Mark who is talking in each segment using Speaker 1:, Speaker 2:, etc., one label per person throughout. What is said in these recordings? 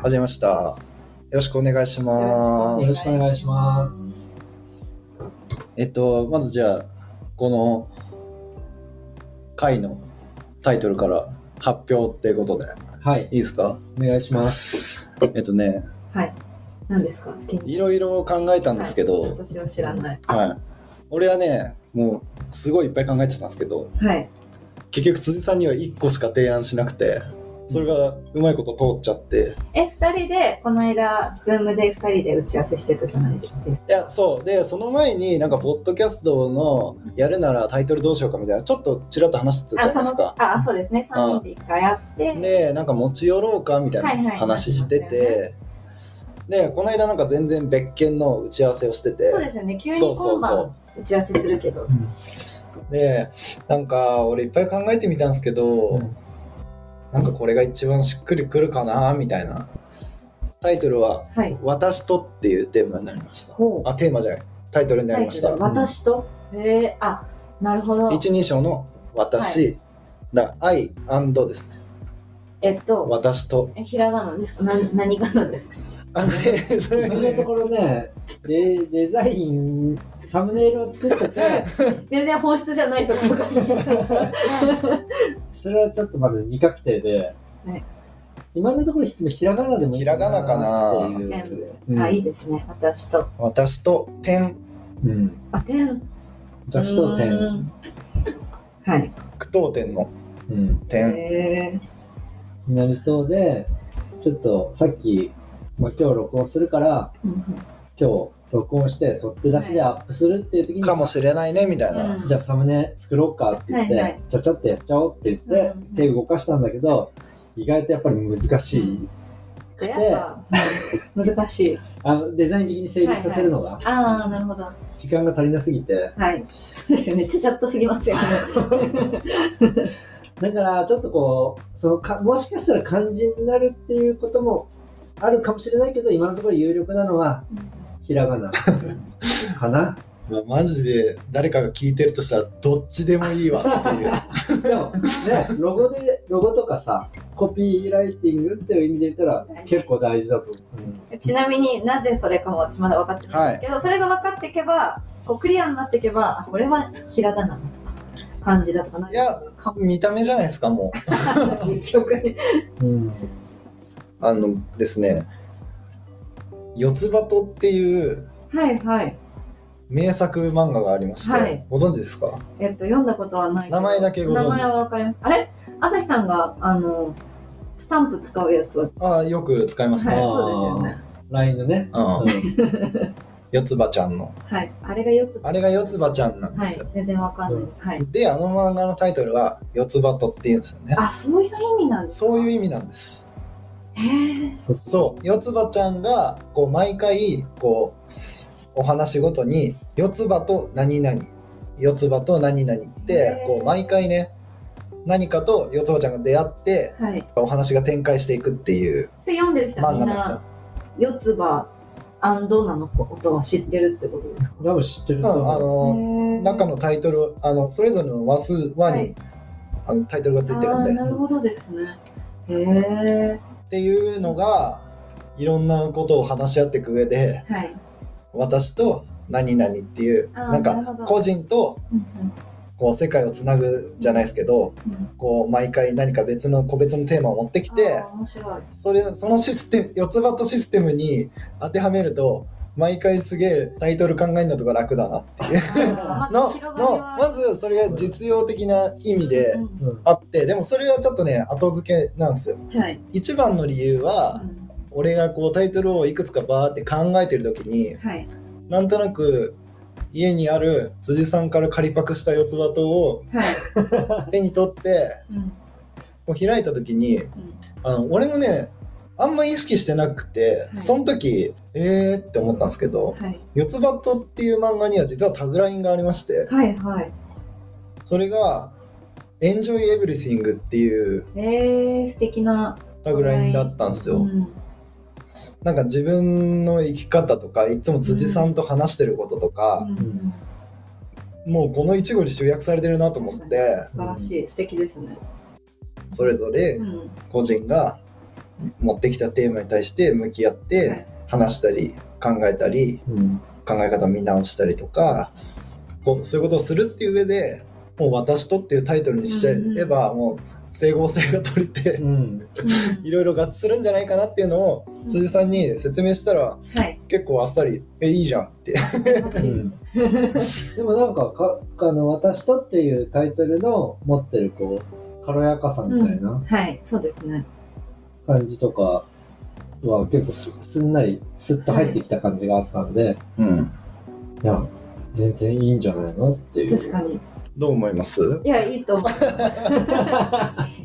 Speaker 1: 始めました。よろしくお願いしま
Speaker 2: よろ
Speaker 1: す。
Speaker 2: しくお願いします。
Speaker 1: えっと、まずじゃあ、この回のタイトルから発表っていうことで、
Speaker 2: はい、
Speaker 1: いいですか
Speaker 2: お願いします。
Speaker 1: えっとね、
Speaker 3: はい。何ですか気に
Speaker 1: いろいろ考えたんですけ
Speaker 3: はい
Speaker 1: ど、
Speaker 3: 私は知らない。
Speaker 1: はい。俺はね、もうすごいいっぱい考えてたんですけど、
Speaker 3: はい。
Speaker 1: 結局辻さんには1個しか提案しなくて、それがうまいこと通っちゃって、
Speaker 3: え、二人で、この間、ズームで二人で打ち合わせしてたじゃないですか。
Speaker 1: いやそうでその前になんかポッドキャストのやるならタイトルどうしようかみたいなちょっとちらっと話してたじゃないですか
Speaker 3: あ、そうですね。三人で一回やって。
Speaker 1: でなんか持ち寄ろうかみたい
Speaker 3: はいは
Speaker 1: ない話してて、
Speaker 3: やって
Speaker 1: でこの間なんか全然別件の打ち合わせをしてて
Speaker 3: そうですよね。急に
Speaker 1: そうそう
Speaker 3: 今
Speaker 1: そう
Speaker 3: 晩打ち合わせするけど。
Speaker 1: でなんか俺いっぱい考えてみたんですけど、
Speaker 2: うん
Speaker 1: なんかこれが一番しっくりくるかなみたいなタイトルは
Speaker 3: は
Speaker 1: 「
Speaker 3: い。
Speaker 1: 私と」っていうテーマになりました
Speaker 3: ほう。
Speaker 1: あテーマじゃないタイトルになりました
Speaker 3: タイトル私と。えー、あ、なるほど。
Speaker 1: 一人称の私、だから「I」ですね
Speaker 3: えっ
Speaker 1: 「
Speaker 3: と、
Speaker 1: 私と
Speaker 3: えひらがなですかな何がなんですか」
Speaker 1: あのねそれ
Speaker 2: 今のところね、デデザイン、サムネイルを作ってて、
Speaker 3: 全然本質じゃないところから。
Speaker 2: それはちょっとまだ未確定で
Speaker 3: はい、
Speaker 2: 今のところひらがなでもいい
Speaker 1: ひらがなかな
Speaker 2: っていう
Speaker 3: 全部。
Speaker 2: うん
Speaker 3: あ、いいですね。私と。
Speaker 1: 私と「点
Speaker 2: うん。
Speaker 3: あ、点。
Speaker 2: 私と
Speaker 3: う
Speaker 2: 点。うん
Speaker 3: はい。」
Speaker 1: 句読点の
Speaker 2: ん。
Speaker 1: 「点」
Speaker 3: え
Speaker 2: になりそうで、ちょっとさっき、まあ、今日録音するから、
Speaker 3: ーうん
Speaker 2: 今日録音して取って出しでアップするっていう時に、
Speaker 1: かもしれないねみたいな、
Speaker 3: うん
Speaker 2: じゃあサムネ作ろうかって言って、
Speaker 3: はいはい
Speaker 2: ちゃちゃっとやっちゃおうって言って、
Speaker 3: うん
Speaker 2: 手動かしたんだけど意外とやっぱり難しい
Speaker 3: じゃあやっぱ難しい。
Speaker 2: あのデザイン的に成立させるのが、
Speaker 3: ああ、なるほど。は
Speaker 2: 時間が足りなすぎて
Speaker 3: い。そうですよね。ちゃちゃっとすぎますよね。
Speaker 2: だからちょっとこうそのかもしかしたら漢字になるっていうこともあるかもしれないけど今のところ有力なのはひら がなかな
Speaker 1: もうマジで誰かが聞いてるとしたらどっちでもいいわっていう
Speaker 2: でもねロゴでロゴとかさコピーライティングっていう意味で言ったら結構大事だと思う、
Speaker 3: ちなみになぜそれかも私まだ分かってないんですけど、それが分かっていけば、こうクリアになっていけば、あこれはひらがなだとか、漢字だとか、なん
Speaker 1: いや
Speaker 3: か
Speaker 1: 見た目じゃないですかもう
Speaker 3: 結局ね。
Speaker 2: うん
Speaker 1: あのですね四つ葉とっていう
Speaker 3: はいはい。
Speaker 1: 名作漫画がありまして、
Speaker 3: はい
Speaker 1: ご存知ですか
Speaker 3: えっと、読んだことはないけど
Speaker 1: 名前だけご存知
Speaker 3: 名前は分かります。あれ朝日さんが、あの、スタンプ使うやつは、はい、
Speaker 1: ああよく使います
Speaker 3: そうです
Speaker 1: ね、
Speaker 3: よね。
Speaker 2: LINE のね、
Speaker 1: うん
Speaker 2: うん
Speaker 1: 四つ葉ちゃんの
Speaker 3: はい。あれが四つ。
Speaker 1: あれが四つ葉ちゃんなんで
Speaker 3: はい
Speaker 1: すよ、。
Speaker 3: 全然わかんないです。はい。
Speaker 1: であの漫画のタイトルは「四つ葉と」っていうんですよね
Speaker 3: あ、そういう意味なんですか。
Speaker 1: そういう
Speaker 3: う。
Speaker 1: 意味なんです
Speaker 3: へえ。
Speaker 2: そうそう
Speaker 1: そう四つ葉ちゃんがこう毎回こうお話ごとに「四つ葉と何々」「四つ葉と何々」って
Speaker 3: へー
Speaker 1: こう毎回ね何かと四つ葉ちゃんが出会って
Speaker 3: はい。
Speaker 1: お話が展開していくっていう
Speaker 3: それ読んでる人
Speaker 1: 漫
Speaker 3: はみ
Speaker 1: 画
Speaker 3: ん
Speaker 1: なんですよ
Speaker 3: な。四つ葉アンドナのことは知ってるってことですか。
Speaker 2: 多分知ってる
Speaker 1: う
Speaker 2: と
Speaker 1: ん、あ
Speaker 2: 思う。
Speaker 1: の
Speaker 3: へえ
Speaker 1: 中のタイトルあのそれぞれの話数話に、
Speaker 3: はい
Speaker 1: あのタイトルがついてるんで
Speaker 3: あーなるほどですね。へえ。
Speaker 1: っていうのがいろんなことを話し合っていく上で
Speaker 3: はい。
Speaker 1: 私と何々っていう
Speaker 3: あー
Speaker 1: なん
Speaker 3: なる
Speaker 1: か
Speaker 3: ほど
Speaker 1: 個人と
Speaker 3: うん
Speaker 1: こう世界をつなぐじゃないですけど
Speaker 3: うんうん
Speaker 1: こう毎回何か別の個別のテーマを持ってきて
Speaker 3: あー面白い。
Speaker 1: それそのシステム四つ葉とシステムに当てはめると毎回すげえタイトル考えるのとか楽だなっていう
Speaker 3: あー
Speaker 1: の
Speaker 3: 広がり
Speaker 1: の
Speaker 3: は
Speaker 1: まずそれが実用的な意味で
Speaker 3: うん
Speaker 2: うん
Speaker 1: あってでもそれはちょっとね後付けなんですよ。
Speaker 3: うんはい。
Speaker 1: 一番の理由は、
Speaker 3: うん
Speaker 1: 俺がこうタイトルをいくつかバーって考えてる時に
Speaker 3: はい。
Speaker 1: なんとなく家にある辻さんから借りパクした四つ葉刀を
Speaker 3: はい。
Speaker 1: 手に取って
Speaker 3: うん
Speaker 1: こう開いた時にあの俺もねあんま意識してなくて
Speaker 3: い
Speaker 1: その時えーって思ったんですけど
Speaker 3: うんはい。
Speaker 1: 「四つ葉刀」っていう漫画には実はタグラインがありまして
Speaker 3: はいはい。
Speaker 1: それが「Enjoy Everything」っていう
Speaker 3: ええ素敵な。
Speaker 1: タグラインだったんです
Speaker 3: う
Speaker 1: よ。
Speaker 3: ん
Speaker 1: なんか自分の生き方とかいつも辻さんと話してることとか、
Speaker 3: うんうん
Speaker 1: もうこの一語に集約されてるなと思って
Speaker 3: 素晴らしい、素敵ですね。
Speaker 1: それぞれ
Speaker 3: うん、
Speaker 1: 個人が持ってきたテーマに対して向き合って話したり考えたり
Speaker 2: うん
Speaker 1: 考え方見直したりとかこうそういうことをするっていう上でもう「私と」っていうタイトルにしちゃえば、もう整合性が取れて
Speaker 2: うん
Speaker 1: いろいろ合致するんじゃないかなっていうのを辻さんに説明したら
Speaker 3: はい
Speaker 1: 結構あっさり「えいいじゃん」って
Speaker 3: 優
Speaker 2: う
Speaker 3: しい
Speaker 2: んでもなんかかあの「私と」っていうタイトルの持ってるこう軽やかさみたいな
Speaker 3: はいそうですね
Speaker 2: 感じとかは結構すすんなりスッと入ってきた感じがあったんで、
Speaker 1: うん、
Speaker 2: いや全然いいんじゃないのっていう
Speaker 3: 確かに
Speaker 1: どう思います
Speaker 3: いやいいと思う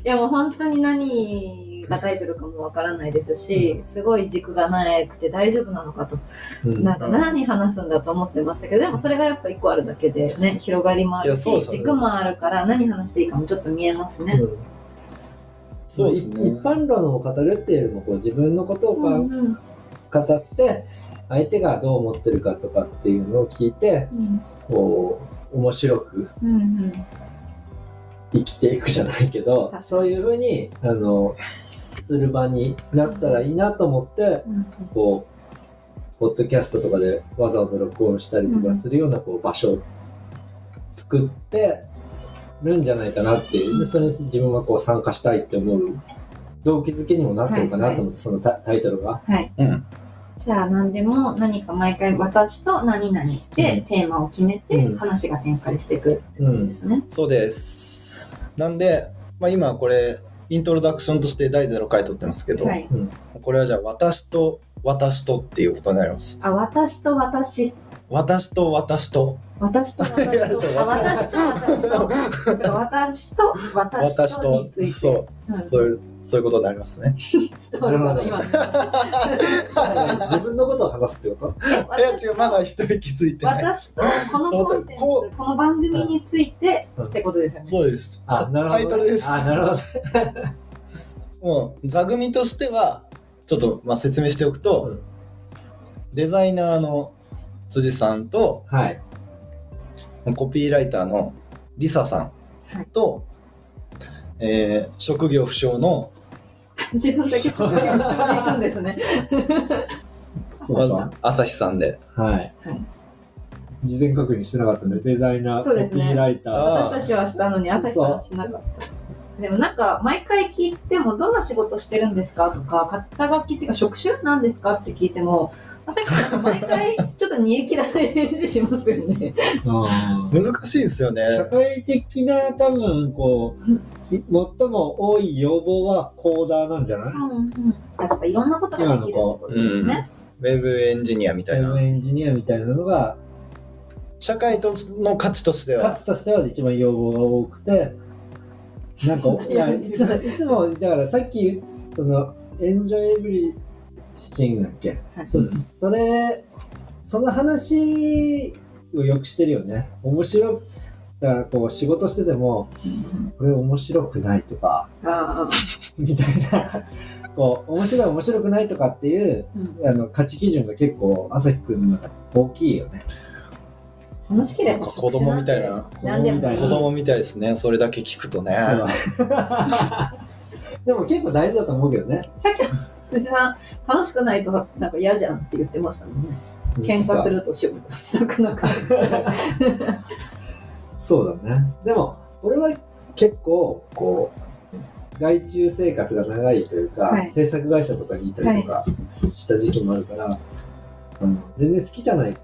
Speaker 3: いやもう本当に何がタイトルかもわからないですしすごい軸がなくて大丈夫なのかと
Speaker 2: うん
Speaker 3: なんか何話すんだと思ってましたけどでもそれがやっぱ一個あるだけでね広がりもあるし
Speaker 1: いやそうそう
Speaker 3: 軸もあるから何話していいかもちょっと見えますね。
Speaker 2: うん
Speaker 1: そうですね
Speaker 2: い一般論を語るっていうよりもこう自分のことをか
Speaker 3: うんうん
Speaker 2: 語って相手がどう思ってるかとかっていうのを聞いて
Speaker 3: うん
Speaker 2: こう面白く
Speaker 3: うんうん
Speaker 2: 生きていくじゃないけ
Speaker 3: 確
Speaker 2: ど
Speaker 3: かに
Speaker 2: そういうふうにあのする場になったらいいなと思って
Speaker 3: うん
Speaker 2: こうポッドキャストとかでわざわざ録音したりとかするようなこう場所を作ってるんじゃないかなっていうでそれに自分はこう参加したいって思う動機づけにもなってるかなと思ってそのタタイトルが。
Speaker 3: はい
Speaker 1: うん
Speaker 3: じゃあ何でも何か毎回私と何々
Speaker 2: う
Speaker 3: でテーマを決め
Speaker 2: う
Speaker 3: て
Speaker 2: ん
Speaker 3: 話が展開していくってことですね。
Speaker 1: そうですなんで、まあ、今これイントロダクションとして第0回撮ってますけど、
Speaker 3: はい。
Speaker 1: これはじゃあ私と私とっていうことになります
Speaker 3: あ私と私
Speaker 1: 私と私と
Speaker 3: 私と私
Speaker 1: いやちょっと
Speaker 3: とあ私と私とそう私と私
Speaker 1: 私
Speaker 3: と
Speaker 1: と
Speaker 3: について
Speaker 1: そう
Speaker 3: うん
Speaker 1: そういうそういうことになりますね
Speaker 3: 伝わるかな今の。
Speaker 2: 自分のことを話すってこと
Speaker 1: いや違うまだ一人気づいてない
Speaker 3: 私とこのコンテンツ
Speaker 1: こ
Speaker 3: この番組について
Speaker 2: うん
Speaker 3: ってことですよね。
Speaker 1: そうです
Speaker 2: あ、なるほど
Speaker 1: タイ。トルです
Speaker 2: あ、なるほど。
Speaker 1: もう座組としてはちょっとまあ説明しておくと、
Speaker 2: うん
Speaker 1: デザイナーの辻さんと
Speaker 2: はい。
Speaker 1: コピーライターのリサさんと、えー職業不詳の
Speaker 3: 自分だけそこに行くんですね。
Speaker 1: まず朝日さんで
Speaker 2: はい。事前確認してなかったんで、デザイナー、
Speaker 3: そうで
Speaker 2: コ
Speaker 3: す
Speaker 2: ピ
Speaker 3: ね
Speaker 2: ーライター。
Speaker 1: あ
Speaker 3: 私たちはしたのに朝日さんはしなかった。でもなんか毎回聞いてもどんな仕事してるんですかとか肩書きっていうか職種なんですかって聞いても朝日さんなんか毎回ちょっと煮え切らない返事しますよね。
Speaker 2: うん
Speaker 1: 難しいですよね
Speaker 2: 社会的な多分こう最も多い要望はコーダーなんじゃな
Speaker 3: う
Speaker 2: い
Speaker 3: んうん。あやっぱいろんなことができるってことですね。
Speaker 1: ウェブエンジニアみたいな
Speaker 2: エンジニアみたいなのが
Speaker 1: 社会との価値として
Speaker 2: 価
Speaker 1: は
Speaker 2: 値としては一番要望が多くてな んかいやいつもいつもだからさっきそのエンジョイエブリシングだっけ
Speaker 3: はい
Speaker 2: そそれその話をよくしてるよね面白くだからこう仕事しててもこれ面白くないとか
Speaker 3: ああ、
Speaker 2: みたいな こう面白い面白くないとかっていう
Speaker 3: うん
Speaker 2: あの価値基準が結構朝日くんの中で大きいよね
Speaker 3: 楽しければ
Speaker 1: 子供みたいな
Speaker 3: 何でもいい
Speaker 1: 子供みたいですねそれだけ聞くとね
Speaker 2: そう でも結構大事だと思うけどね
Speaker 3: さっきは辻さん楽しくないとなんか嫌じゃんって言ってましたもんね喧嘩すると仕事したくなくなっちゃう
Speaker 2: そうだねでも俺は結構こう外注生活が長いというか、
Speaker 3: はい
Speaker 2: 制作会社とかにいたりとかした時期もあるから、あの全然好きじゃない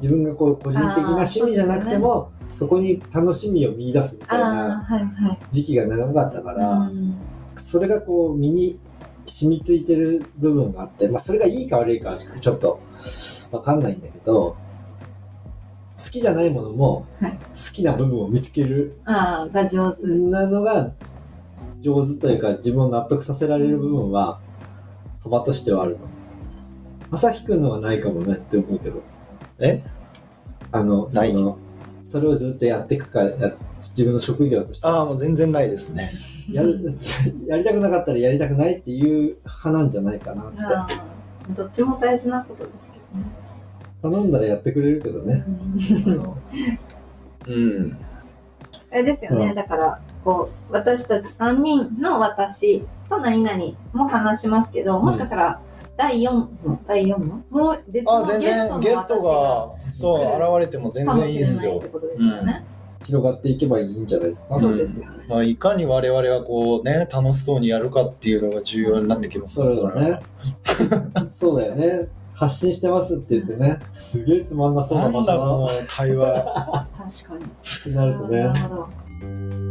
Speaker 2: 自分がこう個人的な趣味じゃなくてもそ,、こに楽しみを見出すみたい
Speaker 3: あ
Speaker 2: な
Speaker 3: あはいはい
Speaker 2: 時期が長かったから、
Speaker 3: うん
Speaker 2: それがこう身に染みついてる部分があって、まあ、それがいいか悪いかはちょっとわかんないんだけど好きじゃないものも
Speaker 3: はい
Speaker 2: 好きな部分を見つける
Speaker 3: ああが上手
Speaker 2: なのが上手というか自分を納得させられる部分は幅としてはあるの。朝日くんのはないかもねって思うけど。
Speaker 1: え
Speaker 2: あの、
Speaker 1: ない
Speaker 2: その、それをずっとやっていくか、や自分の職業として
Speaker 1: ああもう全然ないですね
Speaker 2: やるやりたくなかったらやりたくないっていう派なんじゃないかなって
Speaker 3: ああどっちも大事なことですけどね
Speaker 2: 頼んだらやってくれるけ どねあの
Speaker 1: うん
Speaker 3: えですよね、
Speaker 2: うん
Speaker 3: だからこう私たち3人の私と何々も話しますけどもしかしたら第4の第4のもう別
Speaker 1: あ
Speaker 3: の
Speaker 1: 全
Speaker 3: ゲスト
Speaker 1: 然
Speaker 3: の
Speaker 1: ゲスト
Speaker 3: 私が
Speaker 1: がそう現れても全
Speaker 3: かも
Speaker 1: 然い
Speaker 3: し
Speaker 1: い
Speaker 3: れ
Speaker 1: で
Speaker 3: な
Speaker 1: す
Speaker 3: いっ
Speaker 1: よ
Speaker 3: て。ことですよね。
Speaker 2: 広がっていけばいいんじゃないですか。
Speaker 1: ん
Speaker 3: そうですよね。
Speaker 1: まあ、いかに我々はこうね楽しそうにやるかっていうのが重要になってきます
Speaker 2: そうだよね。そうだよね。発信してますって言ってね、すげえつまんなそう
Speaker 1: な
Speaker 2: なん場
Speaker 1: だ
Speaker 2: 所
Speaker 1: この会話。
Speaker 3: 確かに。
Speaker 2: だなってなるとね
Speaker 3: な。るほど。